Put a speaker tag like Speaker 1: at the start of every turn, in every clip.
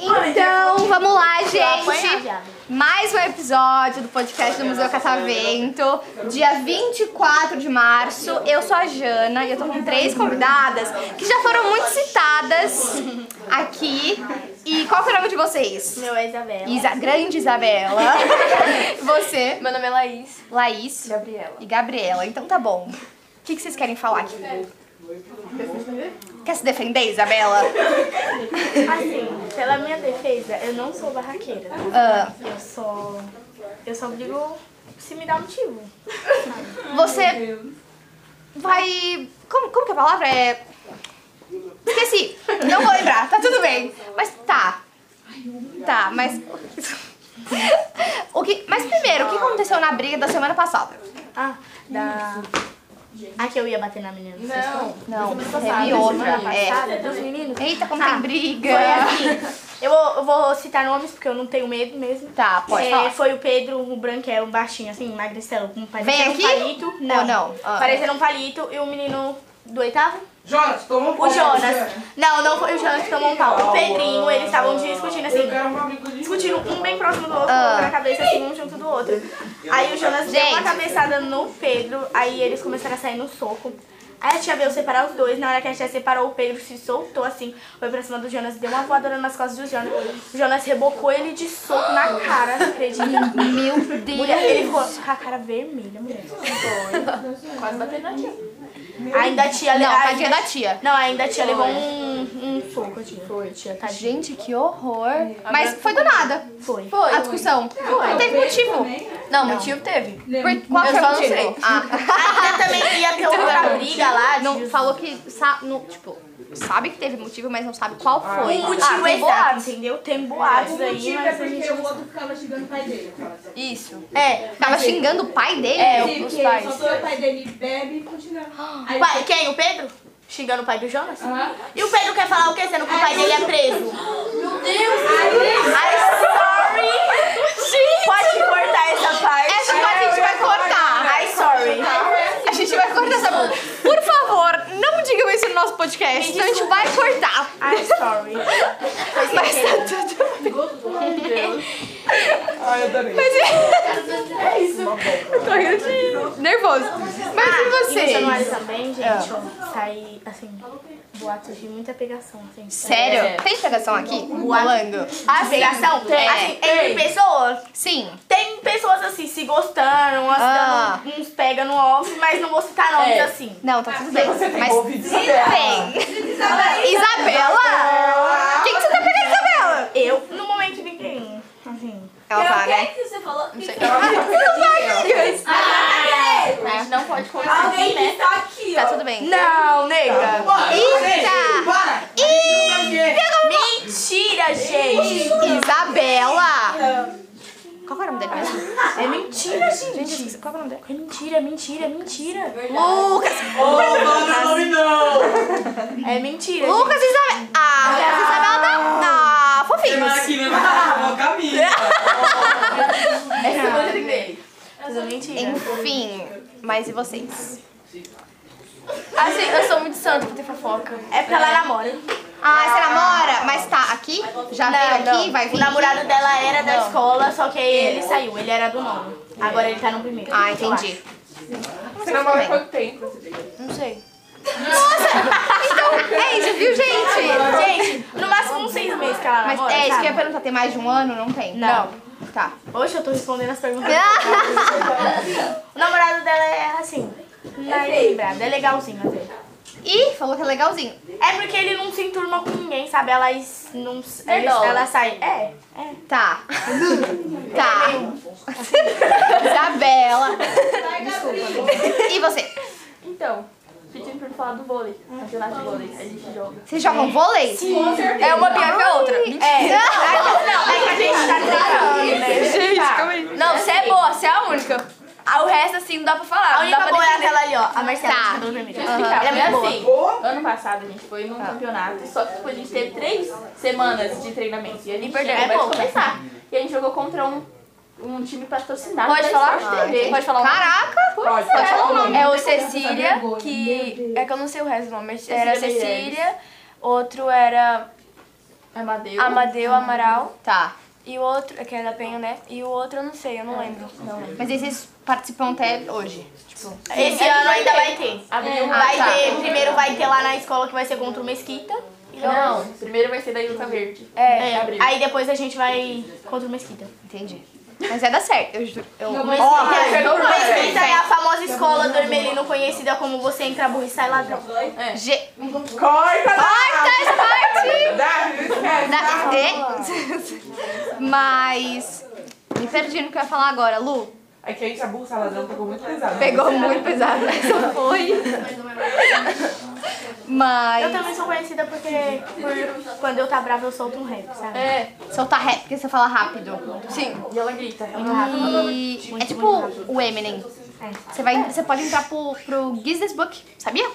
Speaker 1: Então, vamos lá, gente.
Speaker 2: apanhar.
Speaker 1: Mais um episódio do podcast do Museu Catavento. Dia 24 de março. Eu sou a Jana e eu tô com três convidadas que já foram muito citadas aqui. E qual que é o nome de vocês?
Speaker 2: Meu é Isabela.
Speaker 1: Isa, grande Isabela. Você,
Speaker 2: Meu nome é Laís.
Speaker 1: Laís
Speaker 2: Gabriela.
Speaker 1: e Gabriela. Então tá bom. O que, que vocês querem falar aqui? Quer se defender, Isabela?
Speaker 2: Assim, pela minha defesa, eu não sou barraqueira.
Speaker 1: Ah,
Speaker 2: Eu só. Eu só brigo se me dá motivo.
Speaker 1: Você vai. Como, como que a palavra é? Esqueci. Não vou lembrar, tá tudo bem. Mas tá. Tá, mas. O que, mas primeiro, o que aconteceu na briga da semana passada?
Speaker 2: Ah, da. A que eu ia bater na menina. vocês falam?
Speaker 1: Não, teve outra. É.
Speaker 2: Dos meninos?
Speaker 1: Eita, como tem briga.
Speaker 2: Tá. Foi assim. Eu vou, eu vou citar nomes porque eu não tenho medo mesmo.
Speaker 1: Tá, pode
Speaker 2: É,
Speaker 1: falar.
Speaker 2: Foi o Pedro, o branquelo, baixinho, assim, magricelo, com parecendo
Speaker 1: aqui?
Speaker 2: um palito.
Speaker 1: Ou não? Ah.
Speaker 2: Parecendo um palito e o menino do oitavo?
Speaker 3: Jonas, tomou um
Speaker 2: O
Speaker 3: pau,
Speaker 2: Jonas.
Speaker 3: você.
Speaker 2: Não, não foi o Jonas que tomou um pau. O Pedrinho, eles estavam discutindo
Speaker 3: Eu
Speaker 2: assim.
Speaker 3: quero um amigo de
Speaker 2: Discutindo um bem próximo do outro,
Speaker 1: Ah.
Speaker 2: colocando a cabeça assim, um junto do outro. Aí o Jonas deu uma
Speaker 1: Gente.
Speaker 2: cabeçada no Pedro, aí eles começaram a sair no soco. Aí a tia veio separar os dois, na hora que a tia separou, o Pedro se soltou assim, foi pra cima do Jonas, deu uma voadora nas costas do Jonas. O Jonas rebocou ele de soco na cara, não acredita?
Speaker 1: Meu
Speaker 2: Mulher,
Speaker 1: Deus.
Speaker 2: ele ficou com a cara vermelha, mulher. Quase batendo na tia. Ainda a tia...
Speaker 1: Não,
Speaker 2: ainda-
Speaker 1: tadinha da tia.
Speaker 2: não, ainda a tia levou um, um soco, tia. Foi, tia, tá
Speaker 1: Gente, que horror. Mas foi do nada.
Speaker 2: Foi.
Speaker 1: A discussão. Não teve motivo. Não, motivo teve. Por, qual
Speaker 2: Eu
Speaker 1: foi
Speaker 2: só
Speaker 1: o
Speaker 2: não
Speaker 1: motivo?
Speaker 2: sei.
Speaker 1: Ah,
Speaker 2: Até também ia ter outra briga lá,
Speaker 1: não
Speaker 2: de-
Speaker 1: falou que sa- não, tipo, sabe que teve motivo, mas não sabe qual foi. Ah,
Speaker 2: Um motivo
Speaker 1: tem
Speaker 2: exato,
Speaker 1: boatos.
Speaker 2: entendeu? Tem boatos
Speaker 4: O
Speaker 2: aí,
Speaker 4: motivo é
Speaker 2: mas a gente
Speaker 4: porque o
Speaker 2: não
Speaker 4: outro ficava xingando o pai dele.
Speaker 5: Isso.
Speaker 2: É,
Speaker 1: Tava xingando o pai dele.
Speaker 4: Sim,
Speaker 5: os
Speaker 4: porque
Speaker 5: pais.
Speaker 4: só foi o pai dele bebe e continua. Aí
Speaker 2: pai, quem? O Pedro? Xingando o pai do Jonas?
Speaker 4: Aham.
Speaker 2: E o Pedro quer falar o quê? Sendo que o pai dele é preso.
Speaker 4: Meu Deus! Aí,
Speaker 2: I'm sorry! Pode cortar essa parte. É,
Speaker 1: Essa parte a gente vai cortar.
Speaker 2: I'm sorry.
Speaker 1: A gente vai cortar essa boca. Por favor, não digam isso no nosso podcast, senão a gente vai cortar.
Speaker 2: I'm sorry.
Speaker 1: Mas tá tudo bem.
Speaker 3: Ah, eu também.
Speaker 1: Mas é isso. Eu tô rindo de nervoso. Mas e
Speaker 2: E no
Speaker 1: vocês?
Speaker 2: Januário também, gente, ó, sai, assim, boatos de muita pegação, assim.
Speaker 1: Sério? Tem pegação aqui? Rolando?
Speaker 2: Ah, pegação? Tem. Assim, entre pessoas,
Speaker 1: Sim.
Speaker 2: tem pessoas assim, se gostando, umas
Speaker 1: Ah.
Speaker 2: dando- um, uns pegam no off, mas não vou citar nomes assim.
Speaker 1: Não, tá tudo bem. Mas
Speaker 3: Ouvi de Isabela.
Speaker 1: tem. Isabela? Quem que você tá pegando, Isabela?
Speaker 2: Eu, no momento, ninguém, assim...
Speaker 1: Ela tá,
Speaker 6: é
Speaker 1: né?
Speaker 4: o que você falou?
Speaker 5: A gente não pode contar.
Speaker 4: Alguém que tá aqui,
Speaker 1: Tá tudo bem.
Speaker 2: Não, nega!
Speaker 3: Bora,
Speaker 1: Eita!
Speaker 3: Para!
Speaker 2: Mentira, gente!
Speaker 1: Isabela! Qual que é o nome dele mesmo?
Speaker 2: É mentira, gente!
Speaker 1: Gente, qual que é o nome dele?
Speaker 2: É mentira, é mentira, é mentira!
Speaker 1: Lucas!
Speaker 3: Ô, não, não, nome não!
Speaker 2: É mentira, gente.
Speaker 1: Lucas e Isabela! Ah, Lucas e Isabela tá... Ah,
Speaker 3: Semana
Speaker 1: fofinhos!
Speaker 3: que vem vai dar uma camisa.
Speaker 2: é Tudo é mentira.
Speaker 1: Enfim, mas e vocês?
Speaker 5: Assim, eu sou muito santo pra ter fofoca.
Speaker 2: É porque ela namora.
Speaker 1: Ah, você namora? Mas tá aqui? Já veio aqui? Vai vir?
Speaker 2: O namorado dela era da escola, só que aí ele saiu, ele era do nono. Agora ele tá no primeiro.
Speaker 1: Ah,
Speaker 2: eu
Speaker 1: entendi.
Speaker 5: Você namora há quanto tempo?
Speaker 2: acho. Não sei.
Speaker 1: Então, é isso, viu, gente?
Speaker 2: Gente, no máximo uns seis meses que ela
Speaker 1: Mas
Speaker 2: namora,
Speaker 1: é isso que eu ia
Speaker 2: sabe?
Speaker 1: perguntar, tem mais de um ano? Não tem? Ah,
Speaker 2: Não.
Speaker 1: Tá.
Speaker 2: Oxe, eu tô respondendo as perguntas. O namorado dela é assim, não é equilibrado, é legalzinho até.
Speaker 1: Ih, falou que é legalzinho.
Speaker 2: É porque ele não se enturma com ninguém, sabe? Ela is- não s-
Speaker 5: É
Speaker 2: ele-
Speaker 5: dólar.
Speaker 2: ela sai. É, é.
Speaker 1: Tá. tá. Isabela. E você?
Speaker 5: Então, pedindo pra me falar do vôlei. Campeonato de vôlei. A gente joga.
Speaker 1: Vocês jogam um vôlei? Sim.
Speaker 5: É uma pior que a outra.
Speaker 2: É. Não, é que a gente tá tentando, né?
Speaker 5: Não, você é boa, você é a única. Ah, o resto, assim, não dá pra falar.
Speaker 2: A
Speaker 5: não dá
Speaker 2: única
Speaker 5: pra
Speaker 2: boa é
Speaker 5: defender.
Speaker 2: aquela ali, ó. A Marcela
Speaker 1: Tá.
Speaker 2: que tá do vermelho.
Speaker 5: Deixa eu explicar,
Speaker 2: Ela é
Speaker 5: foi
Speaker 2: muito boa. Tá.
Speaker 5: assim, Ano passado a gente foi num campeonato, só que tipo, a gente teve três semanas de treinamento. E a gente
Speaker 2: Perdeu,
Speaker 5: chegou, vai
Speaker 2: é pouco.
Speaker 5: começar.
Speaker 2: E a gente jogou contra um, um time patrocinado.
Speaker 5: Pode
Speaker 2: da
Speaker 5: falar?
Speaker 2: Sport TV.
Speaker 5: Pode
Speaker 1: um
Speaker 5: falar o nome?
Speaker 1: Tá. Caraca!
Speaker 3: Pode, pode
Speaker 6: um
Speaker 2: um
Speaker 3: falar o nome.
Speaker 5: É o
Speaker 4: Não tem como você saber
Speaker 5: Cecília,
Speaker 4: agora.
Speaker 5: que.
Speaker 4: Meu Deus.
Speaker 5: É que eu não sei o resto do nome. mas Era
Speaker 2: Cecília Meirelles.
Speaker 5: Cecília, outro era
Speaker 2: Amadeu.
Speaker 5: Amadeu
Speaker 2: Ah.
Speaker 5: Amaral.
Speaker 1: Tá.
Speaker 5: E o outro, que é da Penha, né? E o outro eu não sei, eu
Speaker 2: Ah,
Speaker 5: não lembro. Não lembro.
Speaker 1: Mas aí vocês participam até hoje. Tipo.
Speaker 2: Esse
Speaker 5: Sim,
Speaker 2: ano
Speaker 5: vai
Speaker 2: ainda
Speaker 5: ter.
Speaker 2: vai ter. Abril
Speaker 1: Ah,
Speaker 2: vai
Speaker 1: tá.
Speaker 2: ter. Primeiro vai ter lá na escola que vai ser contra o Mesquita.
Speaker 5: Não,
Speaker 2: primeiro vai ser da Ilha Verde.
Speaker 5: É,
Speaker 2: Aí depois a gente vai contra o Mesquita.
Speaker 1: Entendi. Mas vai dar certo, eu juro. Eu...
Speaker 4: Não, mas-
Speaker 1: Ó,
Speaker 4: Ah,
Speaker 2: Porque
Speaker 4: é
Speaker 2: o
Speaker 4: verdade.
Speaker 2: Mesquita é a famosa escola do Ermelino, conhecida como você entra burro e sai ladrão.
Speaker 1: G...
Speaker 3: Corta
Speaker 1: Corta essa
Speaker 3: É
Speaker 1: parte!
Speaker 3: da...
Speaker 1: Da... É? Mas... Me perdi no que eu ia falar agora, Lu.
Speaker 3: É que a gente abusa, ela não pegou muito pesado.
Speaker 1: Pegou muito pesado, essa foi.
Speaker 2: Eu
Speaker 1: Mas...
Speaker 2: também sou conhecida porque por- quando eu tá brava eu solto um rap, sabe?
Speaker 5: é.
Speaker 1: Soltar rap, porque você fala rápido.
Speaker 5: Sim.
Speaker 2: E ela grita.
Speaker 1: E... É tipo o Eminem.
Speaker 2: É.
Speaker 1: Você, vai, você pode entrar pro, pro Guinness Book, sabia?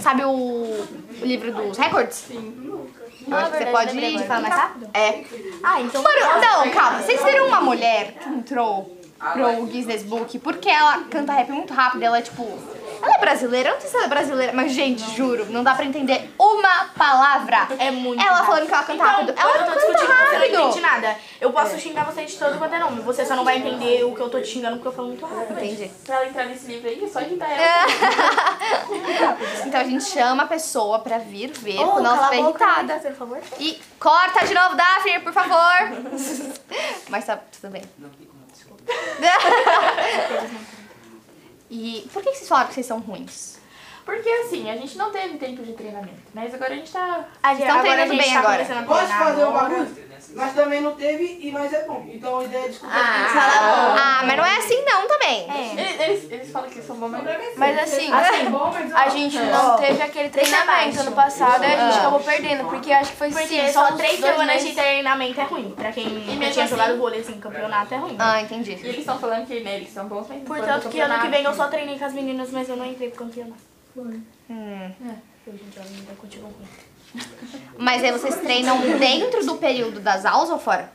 Speaker 1: Sabe o, o livro dos recordes? Sim, nunca.
Speaker 2: Ah,
Speaker 1: acho que você
Speaker 2: verdade,
Speaker 1: pode
Speaker 2: lembrei agora.
Speaker 1: falar mais rápido? É.
Speaker 2: Ah, então...
Speaker 1: Mano, não, calma. Vocês viram uma mulher que entrou
Speaker 2: Ah,
Speaker 1: pro Guinness Book porque ela canta rap muito rápido. Ela é tipo. Ela é brasileira, eu não sei se ela é brasileira, mas gente, juro, não dá pra entender uma palavra.
Speaker 2: É muito
Speaker 1: Ela
Speaker 2: rápido.
Speaker 1: falando que ela canta
Speaker 2: Então,
Speaker 1: rápido.
Speaker 2: quando
Speaker 1: Ela
Speaker 2: eu tô
Speaker 1: canta
Speaker 2: discutindo, você é não entende
Speaker 1: rápido.
Speaker 2: nada. Eu posso xingar você de todo quanto é nome. Você só não vai entender o que eu tô te xingando porque eu falo muito rápido.
Speaker 1: Entendi.
Speaker 2: Pra ela entrar nesse livro aí, é só irritar ela.
Speaker 1: Então a gente chama a pessoa pra vir ver
Speaker 2: Oh,
Speaker 1: quando ela
Speaker 2: cala a
Speaker 1: estiver
Speaker 2: boca,
Speaker 1: irritada.
Speaker 2: por favor.
Speaker 1: E corta de novo, Daphne, por favor. Mas tá tudo bem. E por que que vocês falaram que vocês são ruins?
Speaker 6: Porque assim, a gente não teve tempo de treinamento, mas agora a gente tá.
Speaker 2: A gente,
Speaker 1: Então
Speaker 2: agora
Speaker 1: treinando
Speaker 2: a gente
Speaker 1: bem
Speaker 2: tá
Speaker 1: agora.
Speaker 2: começando a
Speaker 7: Posso
Speaker 2: treinar
Speaker 7: fazer um
Speaker 2: agora.
Speaker 7: bagulho? Mas também não teve e nós é bom. Então a ideia é discutir.
Speaker 1: Ah, mas não é assim não também.
Speaker 2: É.
Speaker 6: Eles, eles, eles falam que são bons, mas.
Speaker 3: é
Speaker 5: Mas assim,
Speaker 4: Bom, mas
Speaker 5: a gente não teve aquele
Speaker 2: Deixa
Speaker 5: treinamento
Speaker 2: abaixo.
Speaker 5: ano passado e
Speaker 1: Ah.
Speaker 5: a gente acabou perdendo, porque acho que foi
Speaker 2: Porque
Speaker 5: cinco,
Speaker 2: só
Speaker 5: uns
Speaker 2: três
Speaker 5: dois
Speaker 2: semanas de
Speaker 5: meses.
Speaker 2: treinamento é ruim. Pra quem nunca
Speaker 6: mesmo
Speaker 2: tinha
Speaker 6: assim-
Speaker 2: jogado vôlei assim, campeonato é ruim.
Speaker 1: Ah,
Speaker 6: E
Speaker 1: entendi.
Speaker 6: eles estão falando que né, eles são bons, mas.
Speaker 2: Portanto, que ano que vem eu só treinei com as meninas, mas eu não entrei pro campeonato.
Speaker 1: Hum.
Speaker 2: Eu, gente, ela
Speaker 1: tá
Speaker 2: ainda continua ruim.
Speaker 1: Mas aí vocês treinam dentro do período das aulas ou fora?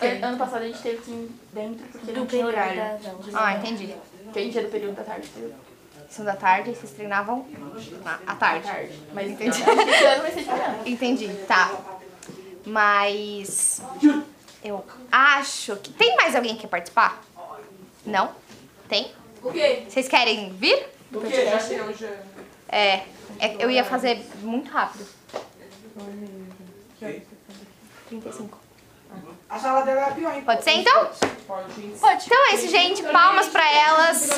Speaker 6: An- Ano passado a gente teve que ir dentro porque não tinha
Speaker 2: período
Speaker 6: horário.
Speaker 2: das aulas.
Speaker 1: Ah, entendi.
Speaker 6: Porque a gente era do período da tarde. período
Speaker 1: São da tarde, vocês treinavam na- à
Speaker 6: Da
Speaker 1: tarde.
Speaker 6: tarde. Mas
Speaker 1: Entendi.
Speaker 6: Acho que esse ano vai ser diferente.
Speaker 1: Entendi, tá. Mas eu acho que. Tem mais alguém que quer participar? Não? Tem?
Speaker 4: O quê?
Speaker 1: Vocês querem vir?
Speaker 3: Porque já chegou, já.
Speaker 1: É. é- eu ia fazer muito rápido.
Speaker 7: A sala dela é a pior, hein?
Speaker 1: Pode ser então?
Speaker 3: Pode ir.
Speaker 1: Então é isso, gente. Palmas pra elas.